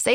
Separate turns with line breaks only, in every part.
Say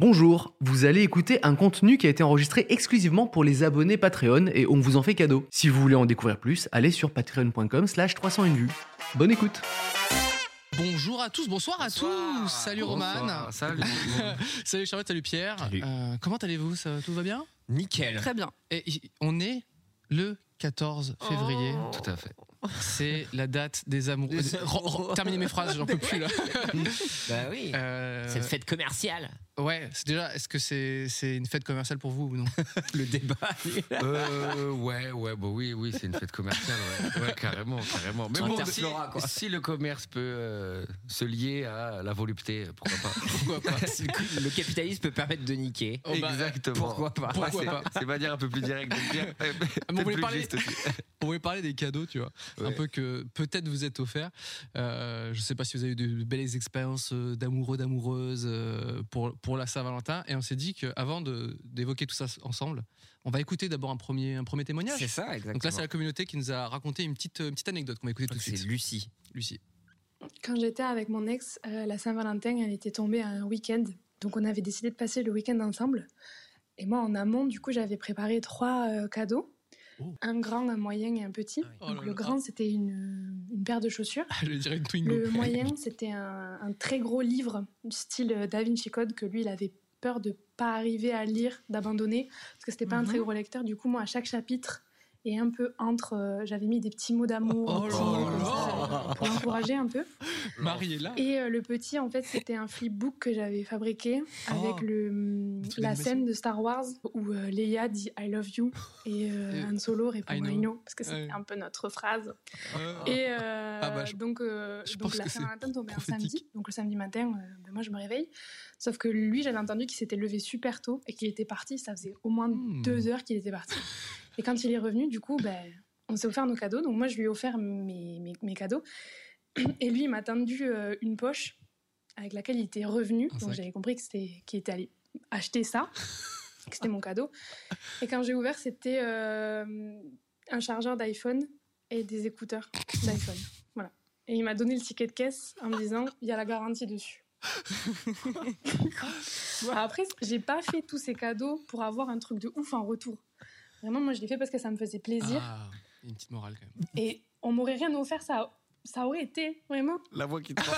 Bonjour, vous allez écouter un contenu qui a été enregistré exclusivement pour les abonnés Patreon et on vous en fait cadeau. Si vous voulez en découvrir plus, allez sur patreon.com slash 301 vues. Bonne écoute
Bonjour à tous, bonsoir, à tous. Salut Roman.
Salut.
Salut Charlotte, salut Pierre.
Salut.
Euh, comment allez-vous ça- Tout va bien
Nickel.
Très bien.
Et y- on est le 14 février.
Tout à fait.
C'est la date Oh. des amours.
Des
Euh, ro- ro-
amours.
Terminez mes phrases, j'en peux plus là.
Bah oui.
Euh,
Cette fête commerciale.
ouais, c'est déjà. Est-ce que c'est c'est une fête commerciale pour vous ou non
Le débat. Euh, ouais, ouais, bah oui, oui, c'est une fête commerciale. Ouais, Ouais, carrément, carrément. Mais bon, si,
Interflora, quoi.
si le commerce peut euh, se lier à la volupté, pourquoi pas
Pourquoi pas
Si le, coup- le capitalisme peut permettre de niquer.
Oh bah,
Exactement. Ah,
Pourquoi pas
Pourquoi
C'est-
pas
C'est manière un peu plus directe de le dire. mais euh, peut-être
voulait
plus
parler-
juste aussi.
On voulait parler des cadeaux, tu vois. Un
Ouais.
peu que peut-être vous êtes offerts. Euh, je sais pas si vous avez eu de belles expériences euh, d'amoureux, d'amoureuses euh, pour, pour la Saint-Valentin. Et on s'est dit qu'avant d'évoquer tout ça s- ensemble, on va écouter d'abord un premier, un premier témoignage.
C'est ça, exactement. Ah,
Donc là, c'est la communauté qui nous a raconté une petite, une petite anecdote qu'on va écouter tout de
c'est
suite.
Lucie.
Lucie.
Quand j'étais avec mon ex, euh, la Saint-Valentin, elle était tombée à un week-end. Donc on avait décidé de passer le week-end ensemble. Et moi, en amont, du coup, j'avais préparé trois euh, cadeaux.
Oh.
Un grand, un moyen et un petit.
Ah oui.
Oh
Donc
là
le
là.
grand, c'était une, une paire de chaussures.
Je dirais Ah, une Twingo.
Le moyen, c'était un, un très gros livre du style euh, Da Vinci Code que lui, il avait peur de pas arriver à lire, d'abandonner, parce que c'était pas un
Mhm.
très gros lecteur. Du coup, moi, à chaque chapitre et un peu entre, euh, j'avais mis des petits mots d'amour
Oh
des
là
petits mots comme
là.
ça, pour l'encourager un peu.
Marie est là.
Et euh, le petit, en fait, c'était un flipbook que j'avais fabriqué avec
Oh.
le, hum,
Des trucs
la
d'animation.
scène de Star Wars où euh, Leia dit I love you et euh,
Euh,
Han Solo répond
I
I
know.
know, parce que c'était
Ouais.
un peu notre phrase.
Euh,
Et euh,
Ah bah, je-
donc, euh,
je
donc
pense
la
que c'est
Saint-Valentin tombait un
prophétique.
samedi. Donc le samedi matin, euh, ben moi je me réveille. Sauf que lui, j'avais entendu qu'il s'était levé super tôt et qu'il était parti. Ça faisait au moins
Hmm.
deux heures qu'il était parti. Et quand il est revenu, du coup, ben, on s'est offert nos cadeaux. Donc moi, je lui ai offert mes, mes, mes cadeaux. Et lui, il m'a tendu euh, une poche avec laquelle il était revenu.
Un
donc
sac.
j'avais compris que c'était- qu'il était allé acheter ça, que c'était mon cadeau. Et quand j'ai ouvert, c'était euh, un chargeur d'iPhone et des écouteurs d'iPhone. Voilà. Et il m'a donné le ticket de caisse en me disant il y a la garantie dessus. Après, j'ai pas fait tous ces cadeaux pour avoir un truc de ouf en retour. Vraiment, moi, je l'ai fait parce que ça me faisait plaisir.
Ah, une petite morale quand même.
Et on m'aurait rien offert, ça, ça aurait été vraiment.
La voix qui te parle.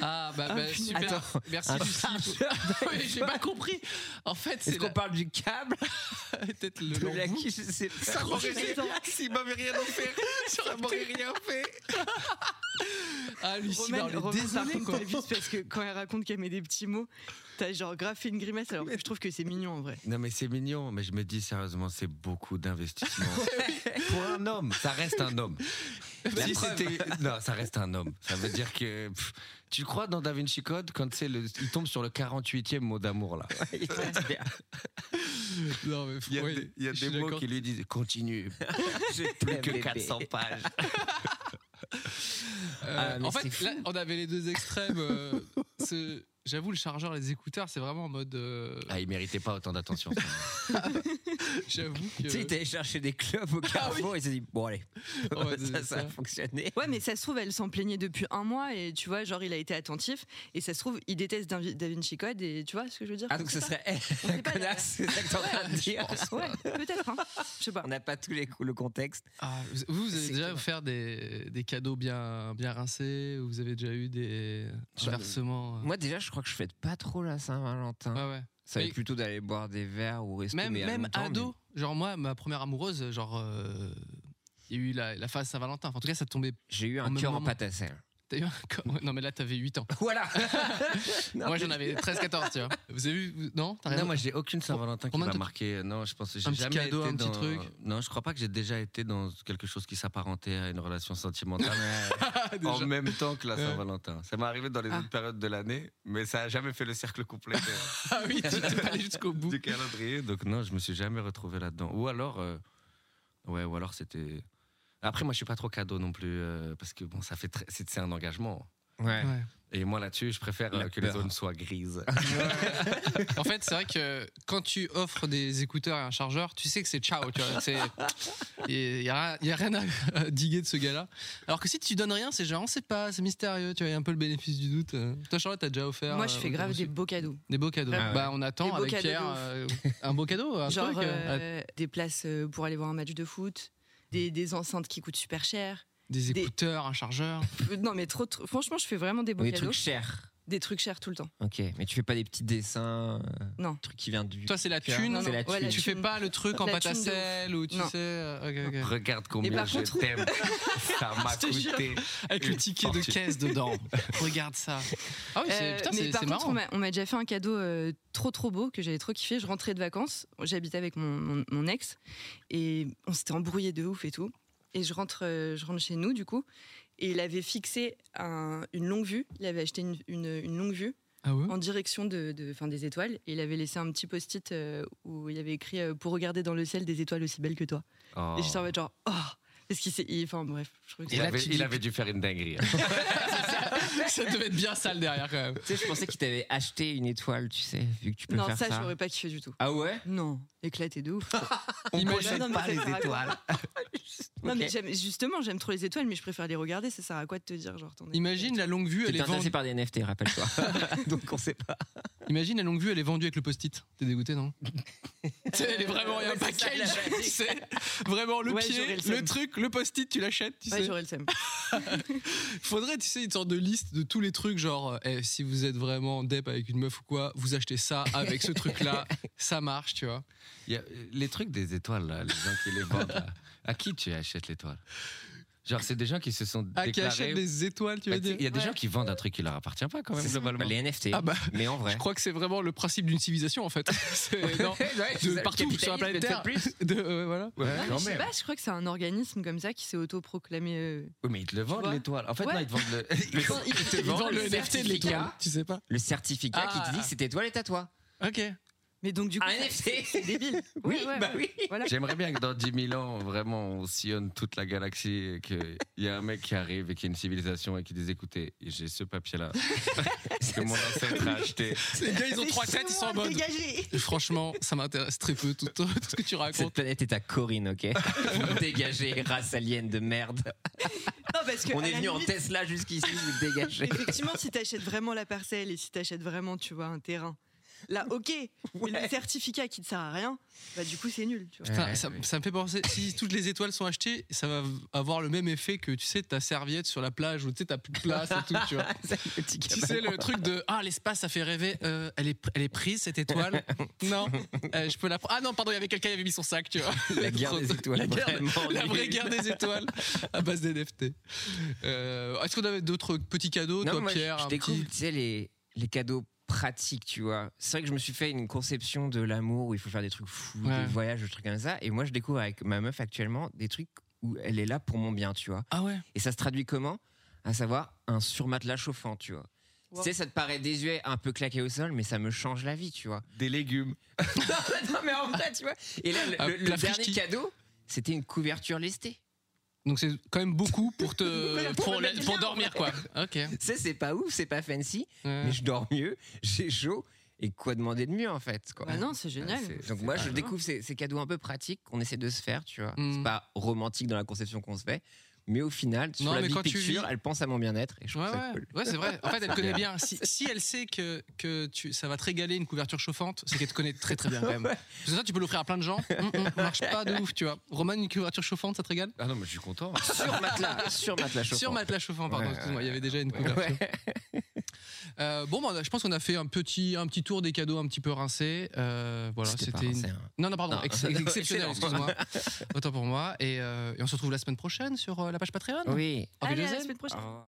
Ah, bah, bah, super.
Attends.
Merci
Un
Lucie. Oui, J'ai pas compris. En fait,
Est-ce
c'est
qu'on
la-
parle du câble
peut-être le
de la
bambou.
qui je sais
Ça
pas.
aurait été-
S'il m'avait rien offert, ça m'aurait rien fait.
Ah, Lucie, bah, on est désolé,
désolé
quoi.
parce que quand elle raconte qu'elle met des petits mots, t'as genre grave fait une grimace. Alors je trouve que c'est mignon en vrai.
Non mais c'est mignon, mais je me dis sérieusement, c'est beaucoup d'investissement. Pour un homme, ça reste un homme. La
Bah, Si,
preuve- non, ça reste un homme. Ça veut dire que pff, tu crois dans Da Vinci Code quand c'est le, il tombe sur le 48e mot d'amour là.
Non, mais faut-
Il y a
ouais,
des, il y a
je
des
suis
mots
d'accord.
qui lui disent continue.
Plus
que 400 pages.
Euh,
Ah, mais
en
c'est
fait,
fou.
là, on avait les deux extrêmes. euh, ce- J'avoue, le chargeur, les écouteurs, c'est vraiment en mode. euh,
Ah, il méritait pas autant d'attention.
J'avoue
Tu sais,
que.
il t'allait chercher des clubs
Ah
au Carrefour et il s'est dit bon allez,
On va donner
ça, ça
ça.
a fonctionné.
Ouais, mais ça se trouve, elle s'en plaignait depuis un mois et tu vois, genre il a été attentif. Et ça se trouve, il déteste Da, Da Vinci Code et tu vois ce que je veux dire
Ah donc ce serait elle,
On
la
sait pas,
connasse, c'est ça que t'es en train de dire.
Ouais, peut-être, hein. je sais pas.
On n'a pas tous les coups, le contexte.
Ah, vous- vous, vous avez
C'est
déjà
que-
offert des, des cadeaux bien, bien rincés ou Vous avez déjà eu des
J'en ai-
versements
Moi déjà je crois que je fête pas trop la Saint-Valentin.
Ouais, ouais.
Ça va
Mais-
être plutôt d'aller boire des verres ou rester
Même,
mais euh, à
même
longtemps, mais-
ado, genre moi, ma première amoureuse, genre. euh, Il y a eu la, la phase Saint-Valentin. Enfin, en tout cas, ça tombait.
J'ai eu
En
un
même
cœur en
moment.
pâte à sel.
T'as eu un co- Ouais, Non, mais là, t'avais 8 ans.
Voilà Non,
moi,
mais-
j'en avais 13-14, tu vois. Vous avez vu vous- Non T'as
Non,
raison.
moi j'ai aucune Saint-Valentin qui
Romain,
m'a
toi,
marqué. Non, je pense que j'ai
un petit
jamais
cadeau,
été
un petit
dans-
truc
Non, je crois pas que j'ai déjà été dans quelque chose qui s'apparentait à une relation sentimentale en
Ah, Déjà.
même temps que la
Ouais.
Saint-Valentin. Ça m'est arrivé dans les
Ah.
autres périodes de l'année, mais ça a jamais fait le cercle complet de-
Ah oui, tu t'es pas allé jusqu'au bout.
du calendrier. Donc non, je me suis jamais retrouvé là-dedans. Ou alors, euh, ouais, ou alors c'était. Après, moi, je suis pas trop cadeau non plus euh, parce que bon, ça fait très- c'est c'est un engagement.
Ouais.
Ouais.
Et moi là-dessus, je préfère
La
euh, que les
peur.
zones soient grises.
En fait, c'est vrai que quand tu offres des écouteurs et un chargeur, tu sais que c'est ciao, tu vois. c'est- Il n'y a, rien- il y a rien à, à diguer de ce gars-là. Alors que si tu donnes rien, c'est genre, on sait pas, c'est mystérieux, tu vois, il y a un peu le bénéfice du doute. euh. Toi, Charlotte, t'as déjà offert.
Moi,
euh,
je fais
ou t'as
grave
reçu
des beaux cadeaux.
des beaux cadeaux.
Ah ouais.
Bah, on
Des
attend
beaux
avec
cadeaux de
Pierre
ouf.
euh, un beau cadeau, un
Genre
truc. euh,
euh, des places euh, pour aller voir un match de foot, des, des enceintes qui coûtent super cher.
des
des-
écouteurs, un chargeur.
Euh, Non, mais trop, trop- Franchement, je fais vraiment des beaux
Des
cadeaux.
trucs chers.
Des trucs chers tout le temps.
Ok, mais tu fais pas des petits dessins euh,
Non.
Trucs qui viennent du.
Toi, c'est la
C'est
thune.
la
ouais,
thune.
tu fais
thune.
pas le truc en
La
pâte à
thune de ouf.
sel ou tu
Non.
sais. euh, ok, ok.
Regarde combien
par
je
contre-
t'aime. Ça m'a
Je te jure.
coûté.
Avec le ticket de
Fortune.
caisse dedans. Regarde ça. Ah oui, c'est-
Euh,
putain,
mais
c'est
par
c'est
contre,
marrant.
on m'a- on m'a déjà fait un cadeau euh, trop trop beau que j'avais trop kiffé. Je rentrais de vacances, j'habitais avec mon, mon- mon ex et on s'était embrouillé de ouf et tout. Et je rentre, euh, je rentre chez nous du coup. Et il avait fixé un- une longue vue. Il avait acheté une, une- une longue vue
Ah ouais
en direction de, de- enfin, des étoiles. Et il avait laissé un petit post-it euh, où il avait écrit euh, pour regarder dans le ciel des étoiles aussi belles que toi.
Oh.
Et j'étais en mode genre oh parce qu'il s'est, il- enfin bref, je trouvais que
Il,
là,
avait,
tu
il
dis-
avait dû faire une dinguerie. hein.
ça devait être bien sale derrière quand même.
Tu sais, je pensais qu'il t'avait acheté une étoile, tu sais, vu que tu peux
non
faire
ça,
ça.
j'aurais pas kiffé du tout.
Ah ouais
Non, éclaté de ouf.
On
Imagine-
possède
Non, mais
pas
ça
les
sert à quoi
étoiles.
Non,
Ok.
mais j'aime- justement, j'aime trop les étoiles, mais je préfère les regarder. Ça sert à quoi de te dire, genre, ton
Imagine la longue vue, elle
T'es
est
intéressé
vendue.
par des NFT, rappelle-toi. Donc on sait pas.
Imagine la longue vue, elle est vendue avec le post-it. T'es dégoûté, non Tu sais, Elle est vraiment, il y a un
Ouais, c'est ça,
package.
la basique.
tu sais. vraiment le
Ouais,
pied,
j'aurais le
le,
seum.
truc, le post-it, tu l'achètes. Tu
Ouais,
sais.
j'aurais le seum.
Faudrait, tu sais, une sorte de liste de tous les trucs, genre euh, eh, si vous êtes vraiment en dep avec une meuf ou quoi, vous achetez ça avec ce truc-là, ça marche, tu vois.
Il y a, euh, les trucs des étoiles, là, les gens qui les vendent, là. à qui tu achètes l'étoile Genre, c'est des gens qui se sont
Ah, qui
déclarés.
achète des étoiles, tu
Bah,
veux
tu sais,
dire
Il y a des
Ouais.
gens qui vendent un truc qui leur appartient pas, quand même,
C'est ça.
globalement.
Bah, les NFT.
Ah bah,
Mais en vrai.
Je crois que c'est vraiment le principe d'une civilisation, en fait. C'est- non, de partout sur la planète Terre. De, euh, voilà.
Ouais,
Ah, mais
quand
je sais
même.
pas, je crois que c'est un organisme comme ça qui s'est autoproclamé. euh,
Oui, mais ils te le vendent,
vois
l'étoile. En fait,
Ouais.
non, ils te vendent le.
Ils vendent- ils te
Ils vendent le
le
NFT de
certificat.
l'étoile, tu sais pas.
Le certificat
Ah.
qui te dit que cette étoile est à toi.
Ok.
Mais donc, du coup,
Ah,
Un
c'est-
NFT.
c'est débile.
Oui,
Ouais, ouais,
bah
ouais. Voilà.
J'aimerais bien que dans 10 000 ans, vraiment, on sillonne toute la galaxie et qu'il y a un mec qui arrive et qui a une civilisation et qui dit écoutez, j'ai ce papier-là que mon ancêtre a acheté.
Les gars, ils ont trois têtes, ils sont en mode. Franchement, ça m'intéresse très peu tout, tout ce que tu
Cette
racontes.
planète est à Corinne, ok Vous dégagez, race alien de merde.
Non, parce que.
On
à
est
la
venu en
limite,
Tesla jusqu'ici, vous dégagez.
Effectivement, si t'achètes vraiment la parcelle et si t'achètes vraiment, tu vois, un terrain. Là, ok, mais le certificat qui ne sert à rien, bah du coup c'est nul. Tu vois.
Putain,
Ouais,
ça,
oui.
ça me fait penser, si toutes les étoiles sont achetées, ça va avoir le même effet que, tu sais, ta serviette sur la plage où tu sais, t'as plus de place et tout, tu vois.
Petit
Tu sais, le truc de Ah, l'espace, ça fait rêver. Euh, elle, est, elle est prise, cette étoile. Non, euh, je peux la prendre. Ah non, pardon, il y avait quelqu'un qui avait mis son sac, tu vois.
La guerre des étoiles.
La guerre-
vraiment
La vraie
nulle.
guerre des étoiles à base des NFT. Euh, Est-ce qu'on avait d'autres petits cadeaux,
Non,
toi,
moi, je-
Pierre
je,
un
découvre,
petit-
tu sais, les, les cadeaux pratiques, tu vois. C'est vrai que je me suis fait une conception de l'amour où il faut faire des trucs fous,
Ouais.
des voyages, des trucs comme ça. Et moi, je découvre avec ma meuf actuellement des trucs où elle est là pour mon bien, tu vois.
Ah ouais
Et ça se traduit comment À savoir un surmatelas chauffant, tu vois.
Wow.
Tu sais, ça te paraît désuet, un peu claqué au sol, mais ça me change la vie, tu vois.
Des légumes.
non, mais en vrai, tu vois. Et là, le,
Ah,
le- le
la
dernier
frichti.
cadeau, c'était une couverture lestée.
Donc c'est quand même beaucoup pour te
Pour
pour,
le
la-
mettre
pour
bien,
dormir quoi. Ok.
Tu sais, c'est pas ouf, c'est pas fancy,
Euh,
mais je dors mieux, j'ai chaud. Et quoi demander de mieux, en fait quoi.
Bah non, c'est génial.
Ouais, c'est-
Donc moi, je découvre ces, ces cadeaux un peu pratiques qu'on essaie de se faire, tu vois.
Mm.
C'est pas romantique dans la conception qu'on se fait, mais au final, sur
Non,
la
mais
big
quand tu
picture,
vis-
elle pense à mon bien-être et je
Ouais,
trouve ça
ouais.
cool.
Ouais, c'est vrai. En fait, elle connaît bien. Si, si elle sait que, que tu, ça va te régaler une couverture chauffante, c'est qu'elle te connaît très très bien quand même. Parce que ça, tu peux l'offrir à plein de gens. Hum, hum, marche pas de ouf, tu vois. Roman, une couverture chauffante, ça te régale
Ah non, mais je suis content.
Sur matelas, sur matelas chauffant.
Sur matelas chauffant, pardon,
Ouais,
excuse-moi, il y
ouais,
avait déjà une couverture.
Ouais.
Euh, bon, bah, je pense qu'on a fait un petit, un petit tour des cadeaux un petit peu rincés. Euh, voilà,
pas
c'était une-
rincé, hein.
Non, non, pardon,
Non.
ex- exceptionnel,
Excellent.
excuse-moi. Autant pour moi. Et, euh, et on se retrouve la semaine prochaine sur euh, la page Patreon.
Oui.
Auf
Allez, à la
Wiedersehen.
Ah.
semaine prochaine.
Au revoir.